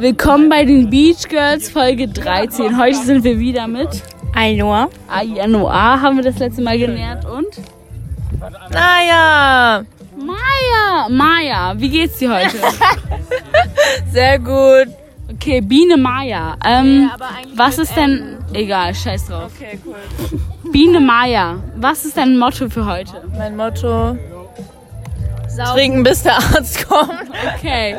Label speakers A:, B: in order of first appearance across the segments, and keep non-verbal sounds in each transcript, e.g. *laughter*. A: Willkommen bei den Beach Girls Folge 13. Heute sind wir wieder mit
B: Ainhoa.
A: Ayanoa, haben wir das letzte Mal genährt und
B: Naja,
A: Maya. Maya, wie geht's dir heute?
B: sehr gut.
A: Okay, Biene Maya. Ähm, was ist denn. Egal, scheiß drauf.
B: Okay, cool.
A: Biene Maya, was ist dein Motto für heute?
B: Mein Motto. Trinken, bis der Arzt kommt.
A: Okay.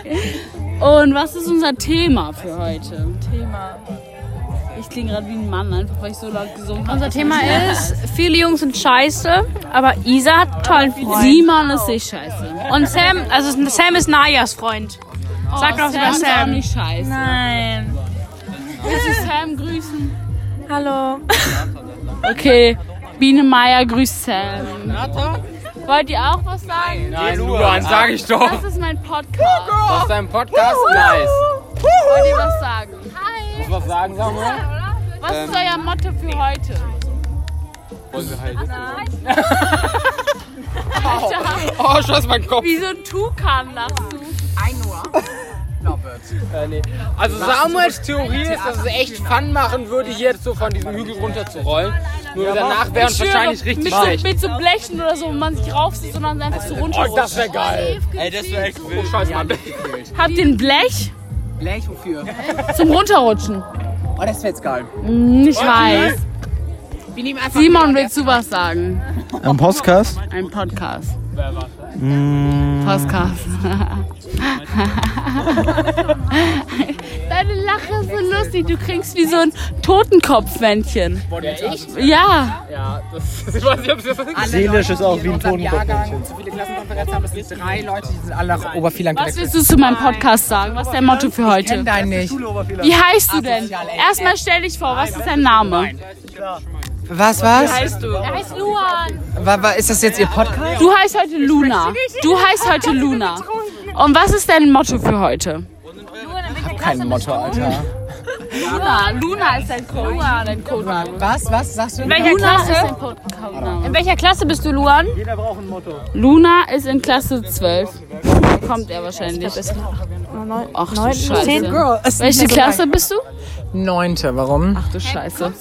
A: Und was ist unser Thema für heute?
B: Thema.
A: Ich klinge gerade wie ein Mann, einfach weil ich so laut gesungen habe.
C: Unser Thema ist, viele Jungs sind scheiße, aber Isa hat einen tollen Freund.
A: Simon ist nicht scheiße.
C: Und Sam, also Sam ist Nayas Freund.
B: Oh,
C: Sag doch
A: Sam
C: über
A: ist auch
C: Sam.
A: nicht scheiße.
B: Nein.
A: Willst du Sam grüßen?
B: Hallo.
A: Okay, Biene Meier grüßt Sam. Wollt ihr auch was sagen?
D: Nein, Luan, sag ich doch.
A: Das ist mein Podcast.
D: Ah. Aus deinem Podcast, nice.
A: Wollt ihr was sagen? Hi.
D: Was sagen, sag mal?
A: Was
D: Ähm,
A: ist euer Motto für heute?
D: Wollen wir halt Oh, schoss mein Kopf.
A: Wie so ein Tukan lachst du.
D: Äh, nee. Also Samuels Theorie ist, dass es echt Fun machen würde, hier jetzt so von diesem Hügel runterzurollen. Nur danach wäre uns wahrscheinlich richtig
A: mit, so,
D: schlecht.
A: mit so Blechen oder so, wo man sich raufsieht und dann einfach so
D: Oh,
A: runterrutscht.
D: das wäre geil.
E: Ey, das wäre echt
D: Oh,
E: wild.
D: scheiß *laughs* mal.
A: Habt ihr ein Blech
E: Blech wofür?
A: zum Runterrutschen? Hm,
E: Oh, das wäre jetzt geil.
A: Ich weiß.
E: Wir nehmen einfach.
A: Simon, willst du was sagen?
F: Am Podcast?
A: Ein Podcast. Podcast. *laughs* Deine Lache ist so lustig. Du kriegst wie so ein Totenkopfmännchen. Ja.
D: Ja, das ich weiß nicht, ob das
F: Seelisch ist auch wie ein Tonkopfmännchen.
E: So viele Klassenkonferenzen haben es gibt drei Leute, die sind alle nach Oberfieland
A: Was willst du zu meinem Podcast sagen? Was ist dein Motto für heute?
E: Nein, nicht.
A: Wie heißt du denn? Erstmal stell dich vor, was ist dein Name?
E: Was, was?
A: Er heißt Luan.
E: Wa- wa- Ist das jetzt Ihr Podcast?
A: Du heißt heute Luna. Du heißt heute Luna. Und was ist dein Motto für heute?
E: Kein Motto, Alter.
A: Luna. Luna ist dein Code. Dein Codename.
E: Was, was sagst du?
C: Welcher
A: Luna ist
C: Klasse?
A: dein Codename.
C: In welcher Klasse bist du, Luan?
A: Luna ist in Klasse 12. Kommt er wahrscheinlich. Ach du Scheiße. Welche Klasse bist du?
E: Oh, Neunte, warum?
A: Ach du Scheiße.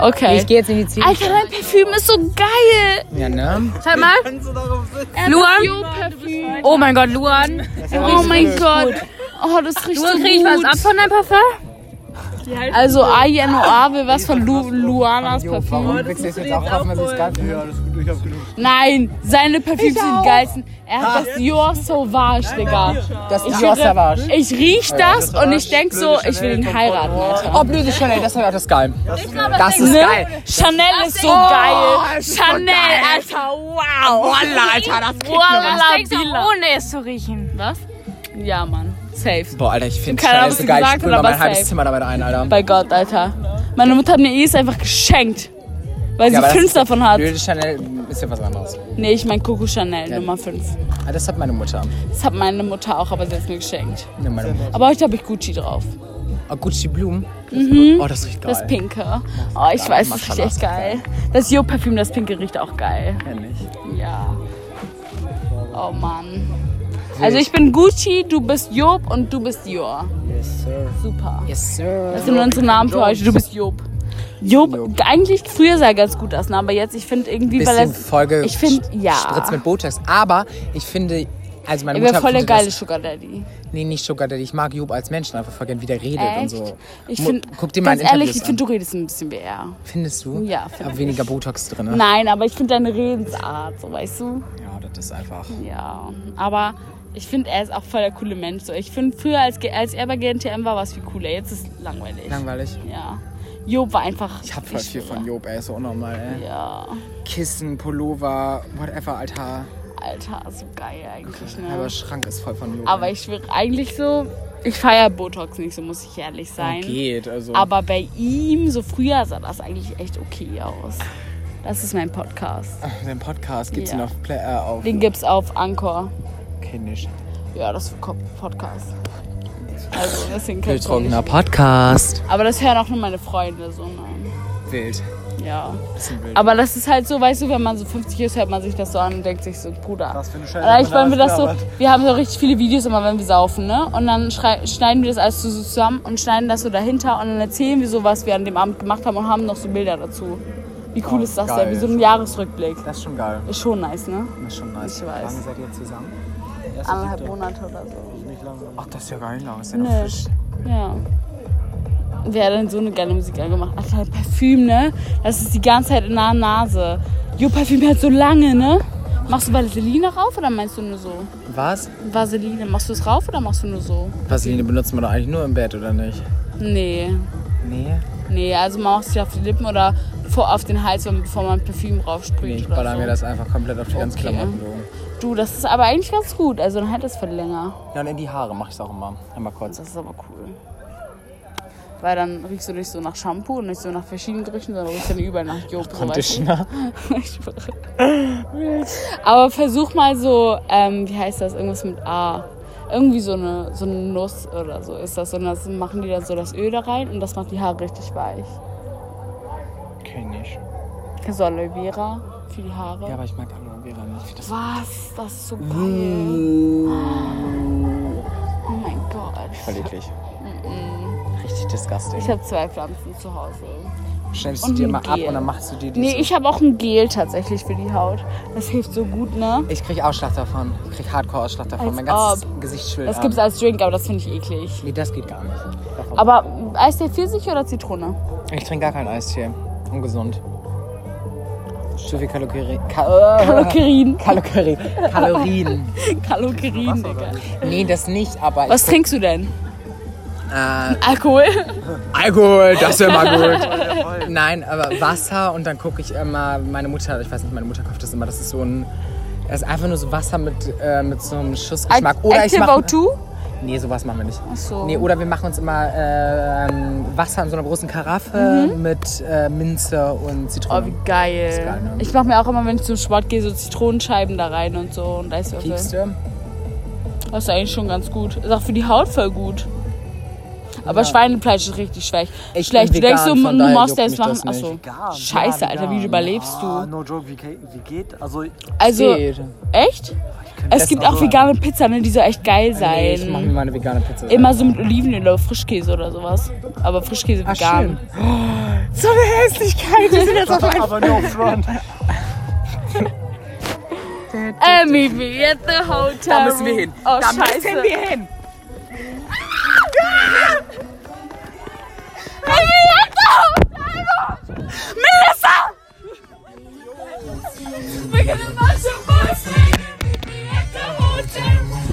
A: Okay.
E: gehe jetzt in die Ziele.
A: Alter, dein Parfüm ist so geil.
E: Ja, ne?
C: Schau mal.
B: Äh,
C: Luan? Oh mein Gott, Luan.
A: Oh mein Gott. Oh, das riecht so
C: Luan, krieg ich was ab
A: gut.
C: von deinem Parfum?
A: Also INOA will was von Lu Luanas Parfüm.
E: Warum willst du das jetzt auch kaufen, was ich geil finde?
A: Nein, seine Parfüms sind die geilsten. Er hat das Dior Sauvage, Digga.
E: Das
A: Ich,
E: ist Dior Savage.
A: ich riech das und ich denk so, ich will ihn heiraten, Alter.
E: Oh, blöde Chanel, das ist ja auch das geil. Das ist
A: Ne?
E: geil.
A: Chanel ist so geil. Chanel, Alter, wow. Wallah, Alter, das kriegt
C: Das denkst du
A: Billah.
C: auch, ohne es zu riechen.
A: Was? Ja, Mann. Safe.
E: Boah, Alter, ich finde
A: Keine Ahnung,
E: Chanel
A: was
E: ist
A: du
E: so geil. Ich
A: gesagt
E: sprühe mal
A: hast,
E: mein
A: aber
E: halbes
A: safe.
E: Zimmer damit ein, Alter.
A: Bei Gott, Alter. Meine Mutter hat mir E's einfach geschenkt. Weil sie
E: aber das
A: fünf
E: ist-
A: davon hat.
E: Blöde Chanel ist ja was anderes.
A: Nee, ich mein Coco Chanel, Nummer 5.
E: Ah, Das hat meine Mutter.
A: Das hat meine Mutter auch, aber sie hat's mir geschenkt.
E: Ne, meine Mutter.
A: Aber heute habe ich Gucci drauf.
E: Oh, Gucci Blumen. Oh, das riecht geil.
A: Das Pinke. Oh, ich weiß, das riecht
E: Mashallah.
A: echt geil. Das Jo-Parfüm, das Pinke riecht auch geil.
E: Kenn ich.
A: Ja. Oh Mann. Also ich bin Gucci, du bist Job und du bist Dior.
E: Yes, sir.
A: Super.
E: Yes, sir.
A: Das sind unsere Namen für heute. Du bist Job. Job, eigentlich früher sah er ganz gut aus, ne? aber jetzt, ich finde irgendwie, weil
E: Bisschen
A: er.
E: Folge
A: Ich find, ja.
E: Spritz mit Botox. Aber ich finde, also meine
A: Er
E: Mutter
A: wäre voll der
E: findet
A: geile
E: das,
A: Sugar Daddy.
E: Nee, nicht Sugar Daddy. Ich mag Job als Menschen einfach voll gern, wie der redet und
A: Echt?
E: so.
A: Ich
E: Mu-
A: finde,
E: Guck dir mal
A: ganz
E: ein
A: ehrlich,
E: Interview
A: ich
E: an.
A: finde, du redest ein bisschen wie er.
E: Findest du?
A: Ja, find
E: Aber weniger Botox drin. ne?
A: Nein, aber ich finde deine Redensart, so weißt du?
E: Ja, das ist einfach.
A: Ja, Mhm. aber ich finde, er ist auch voll der coole Mensch. So, ich finde, früher, als, G- als er bei GNTM war, war es viel cooler. Jetzt ist es langweilig.
E: Langweilig.
A: Ja. Job war einfach.
E: Ich hab voll viel von Job, ey, ist so unnormal, ey.
A: Ja,
E: Kissen, Pullover, whatever, Alter.
A: Alter, so geil eigentlich, ne?
E: Halber Schrank ist voll von Job.
A: Aber
E: ey.
A: ich schwöre, eigentlich so, ich feiere Botox nicht, so muss ich ehrlich sein.
E: Geht, also.
A: Aber bei ihm, so früher sah das eigentlich echt okay aus. Das ist mein Podcast.
E: *laughs* Den Podcast gibt's
A: Ja.
E: ihn auf, Play, äh, auf
A: Den gibt's auf Anchor.
E: kenn ich.
A: Ja, das ist ein Ko- Podcast. Also, deswegen kennt's auch
E: Wildtrockener Podcast.
A: nicht. Aber das hören auch nur meine Freunde so. Ne?
E: Wild.
A: Ja. Aber das ist halt so, weißt du, wenn man so 50 ist, hört man sich das so an und denkt sich so, Bruder.
F: Was für eine Scheiße.
A: Vielleicht wollen wir das so,
F: Labert.
A: wir haben so richtig viele Videos immer, wenn wir saufen, ne? Und dann schrei- schneiden wir das alles so zusammen und schneiden das so dahinter und dann erzählen wir so, was wir an dem Abend gemacht haben und haben noch so Bilder dazu. Wie cool ist das
F: geil.
A: denn? Wie so ein Jahresrückblick.
F: Das ist schon geil.
A: Ist schon nice, ne?
F: Das ist schon nice.
A: Ich weiß.
F: Wie lange seid ihr zusammen?
A: Anderthalb Monate oder so.
F: Nicht lange. Ach, das ist ja gar nicht lang. Das ist ja
A: Nö. Ja. Wer hat denn so eine geile Musik angemacht? Ach, klar, Parfüm, ne? Das ist die ganze Zeit in der Nase. Jo, Parfüm halt so lange, ne? Machst du Vaseline rauf oder meinst du nur so?
E: Was?
A: Vaseline, machst du es rauf oder machst du nur so?
E: Vaseline benutzt man doch eigentlich nur im Bett, oder nicht?
A: Nee.
E: Nee.
A: Nee, also man macht es sich auf die Lippen oder vor, auf den Hals, wenn- bevor man Parfüm
E: Nee,
A: raufsprüht.
E: ich
A: oder
E: baller
A: so.
E: mir das einfach komplett auf die ganzen
A: Okay.
E: Klamotten so.
A: Du, das ist aber eigentlich ganz gut. Also dann hält das für länger.
E: Ja, und in die Haare mache ich es auch immer. Einmal kurz.
A: Das ist aber cool. Weil dann riechst du nicht so nach Shampoo und nicht so nach verschiedenen Gerüchen, sondern riechst dann überall nach Job. so, weißt du?
E: ne?
A: Ich schwöre. Aber versuch mal so, ähm, wie heißt das, irgendwas mit A. Irgendwie so eine, so eine Nuss oder so ist das. Und das machen die dann so das Öl da rein und das macht die Haare richtig weich.
E: Kenn ich.
A: Kannst du Aloe Vera für die Haare?
E: Ja, aber ich mag Aloe Vera nicht. Das
A: Was? Das ist so geil. Oh mein
E: voll
A: Gott.
E: eklig. Richtig disgusting.
A: Ich habe zwei Pflanzen zu Hause.
E: Schneidest du
A: und
E: dir
A: ein
E: mal ab
A: Gel.
E: und dann machst du dir die
A: Nee,
E: so.
A: ich habe auch ein Gel tatsächlich für die Haut. Das hilft so gut, ne?
E: Ich krieg Ausschlag davon. Ich krieg Hardcore-Ausschlag davon.
A: Als
E: mein ganzes
A: ob.
E: Gesicht schwillt
A: Das
E: an.
A: gibt's als Drink, aber das finde ich eklig.
E: Nee, das geht gar nicht. Davon.
A: Aber Eistee Pfirsich oder Zitrone?
E: Ich trinke gar keinen Eistee. Ungesund. Zu viel Kalorien. *laughs*
A: Kalorien.
E: Kalorien. Kalorien.
A: Kalorien, Digga.
E: Nee, das nicht, aber.
A: Was trinkst du denn?
E: Äh,
A: Alkohol?
E: Alkohol, das ist immer gut. Nein, aber Wasser und dann gucke ich immer. Meine Mutter, ich weiß nicht, meine Mutter kauft das immer. Das ist so ein. Das ist einfach nur so Wasser mit, äh, mit so einem Schussgeschmack. Oder ich
A: Active
E: mach,
A: O2?
E: Nee, sowas machen wir nicht.
A: so.
E: Nee, oder wir machen uns immer ähm, Wasser in so einer großen Karaffe mit äh, Minze und
A: Mhm. Oh,
E: Zitrone.
A: wie geil.
E: geil, ne?
A: Ich mache mir auch immer, wenn ich zum Sport gehe, so Zitronenscheiben da rein und so und Eiswürfel.
E: Piekste.
A: Das ist eigentlich schon ganz gut. Ist auch für die Haut voll gut. Aber Schweinefleisch ist richtig schlecht.
E: Ich
A: schlecht.
E: bin
A: du denkst, du,
E: vegan, von
A: du
E: daher
A: musst
E: juckt
A: das
E: mich
A: machen.
E: das nicht.
A: Achso.
F: Vegan,
A: Scheiße,
F: ja,
A: Alter, wie
F: vegan.
A: überlebst
F: Ah,
A: du?
F: no joke, wie, ge- wie geht? Also, ich
A: Also,
E: Geht.
A: echt? Es gibt auch vegane Pizza, ne? die soll echt geil
E: Nee, ich mache mir
A: sein.
E: meine vegane Pizza. selber.
A: Immer so mit Olivenöl oder Frischkäse oder sowas. Aber Frischkäse
E: Ah,
A: vegan.
E: schön. So eine Hässlichkeit. Wir sind jetzt auf einem.
F: aber no front.
A: Äh, meet me at the hotel. Da müssen wir hin. Oh, scheiße.
E: hin.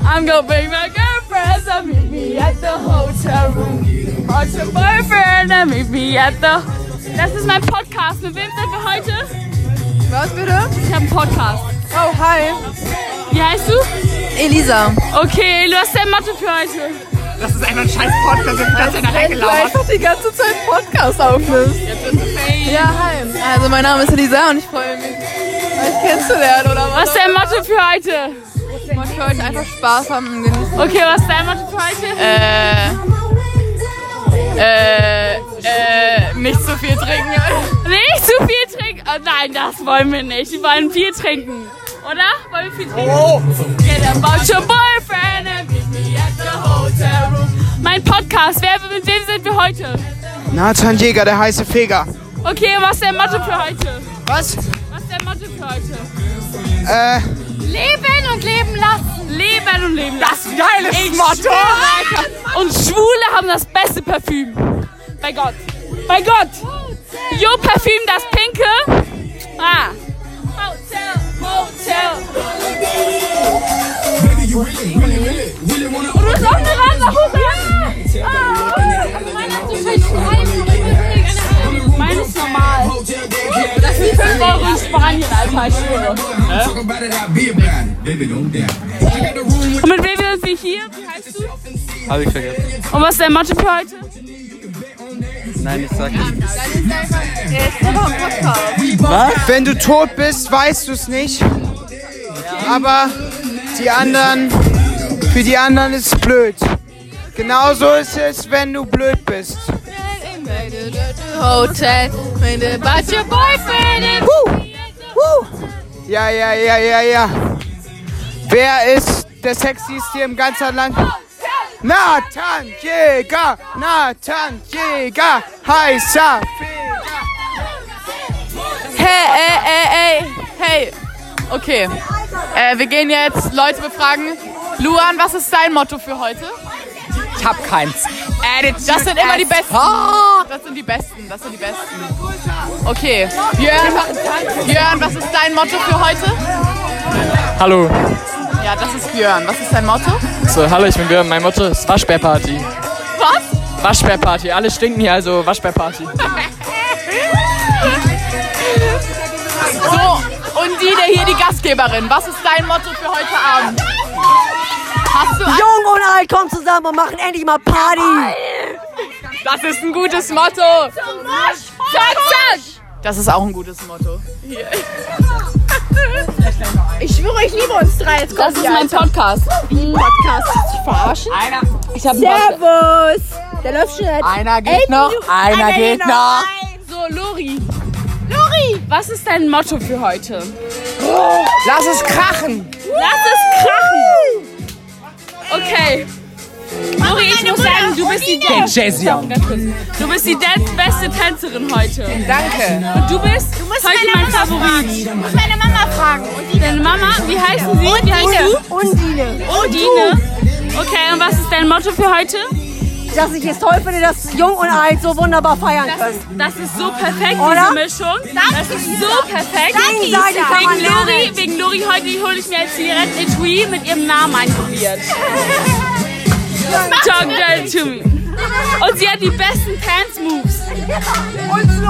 A: I'm gonna bring my girlfriends and meet me at the hotel room. Or your boyfriend and meet me at the. Das ist mein Podcast. Mit wem sind wir heute?
B: Was bitte?
A: Ich habe einen Podcast.
B: Oh, hi.
A: Wie heißt du?
B: Elisa.
A: Okay, du hast deine Mathe für heute.
E: Das ist einfach ein scheiß Podcast. Wir sind ganz in der Reihe
B: Du einfach die ganze Zeit Podcast aufnimmst. Ja, hi. Also, mein Name ist Elisa und ich freue mich, euch kennenzulernen, oder
A: Was
B: was?
A: ist deine Mathe für heute?
B: Ich wollte für euch einfach Spaß haben und genießen.
A: Okay, was ist deine Mathe für heute?
B: Äh, äh, nicht zu viel trinken.
A: Nicht zu viel trinken. Oh, nein, das wollen wir nicht. Wir wollen viel trinken. Oder? Wollen wir viel trinken? Oh. Get about your boyfriend and meet me at the hotel room. Mein Podcast. Wer, mit wem sind wir heute?
G: Nathan Jäger, der heiße Feger.
A: Okay, was ist der Mathe für heute? Was
G: Was?
A: ist der Mathe für heute?
G: Äh,
A: Leben und leben lassen. Leben und leben lassen. Das geile Motto. Alter. Und Schwule haben das beste Parfüm. Bei Gott. Bei Gott. Jo, Parfüm, das pinke. Ah. Hotel, Hotel. Und du hast auch eine Rasenhose. Ah. Meine hat so schön Streifen. Meine ist normal. Das ist 5 Euro in Spanien, Alter. Ich schwöre. Und mit wem sind wir hier? Wie heißt du?
H: Habe ich vergessen.
A: Und was ist dein Mathe für heute?
H: Nein, ich sag nicht.
G: wenn du tot bist, weißt du es nicht. Aber die anderen, für die anderen ist es blöd. Genauso ist es, wenn du blöd bist.
B: Hotel, when the- but your boyfriend is
G: Ja, ja, ja, ja, ja. Wer ist der sexyste im ganzen Land? Nathan Jäger, Nathan Jäger, heißer
B: Hey, ey, ey, ey, hey. Okay. Äh, wir gehen jetzt Leute befragen. Luan, was ist dein Motto für heute?
E: Ich hab keins.
B: Das sind immer die Besten. Das sind die Besten, das sind die Besten. Okay. Björn, Björn was ist dein Motto für heute?
I: Hallo.
B: Ja, das ist Björn. Was ist dein Motto?
I: So, hallo, ich bin Björn. Mein Motto ist Waschbärparty.
B: Was?
I: Waschbärparty. Alle stinken hier, also Waschbärparty.
B: So, und die, der hier die Gastgeberin. Was ist dein Motto für heute Abend? Hast du ein,
J: Jung und alt, kommt zusammen und machen endlich mal Party.
B: Das ist ein gutes Motto. Zack, zack. Das ist auch ein gutes Motto.
K: Ich schwöre, ich liebe uns drei. Jetzt kommt
A: Das ist mein Podcast.
K: Podcast. Willst du dich verarschen?
A: Ich habe
K: Servus. Der läuft schon seit
E: Einer
K: elf
E: geht noch,
K: Minuten.
E: einer geht noch.
A: So, Lori. Lori! Was ist dein Motto für heute?
E: Lass es krachen.
A: Lass es krachen! Okay. Lori, ich muss sagen, du bist die
E: Den
A: Dad.
E: Jazzy an.
A: Du bist die Dad beste Tänzerin heute.
E: Danke.
A: Und du bist heute mein Favorit.
K: Du musst meine Mama fragen. Und die
A: Deine Mama, wie heißen sie? Wie heißt du?
J: Undine,
A: Odine. Okay, und was ist dein Motto für heute?
J: dass ich es toll finde, dass Jung und alt so wunderbar feiern können.
A: Das ist so perfekt,
J: Oder?
A: diese Mischung. Das ist so perfekt.
J: Danke, Isa.
A: Wegen Lori, wegen Lori heute hole ich mir als Zigaretten-Etui mit ihrem Namen eingraviert. Talk dirty to me. Und sie hat die besten Pants-Moves.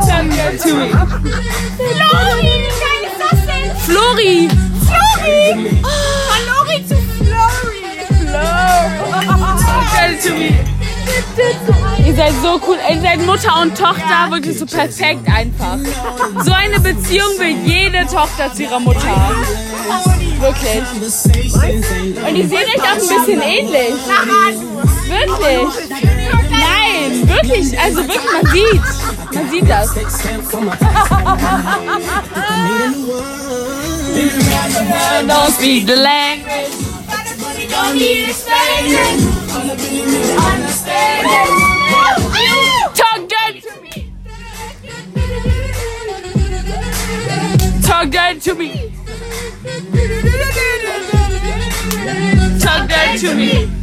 A: Talk dirty to me.
K: Flori, wie geil ist das denn?
A: Flori!
K: Flori. Von Lori zu Flori. Flori.
A: Dirty to me. Ihr seid so cool. Ihr seid Mutter und Tochter wirklich so perfekt einfach. So eine Beziehung will jede Tochter zu ihrer Mutter haben. Wirklich. Und die sehen euch auch ein bisschen ähnlich. Wirklich. Nein, wirklich. Also wirklich, man sieht. Man sieht das. Don't speak the language. Talk dirty to me. Talk dirty to me. Talk dirty to me.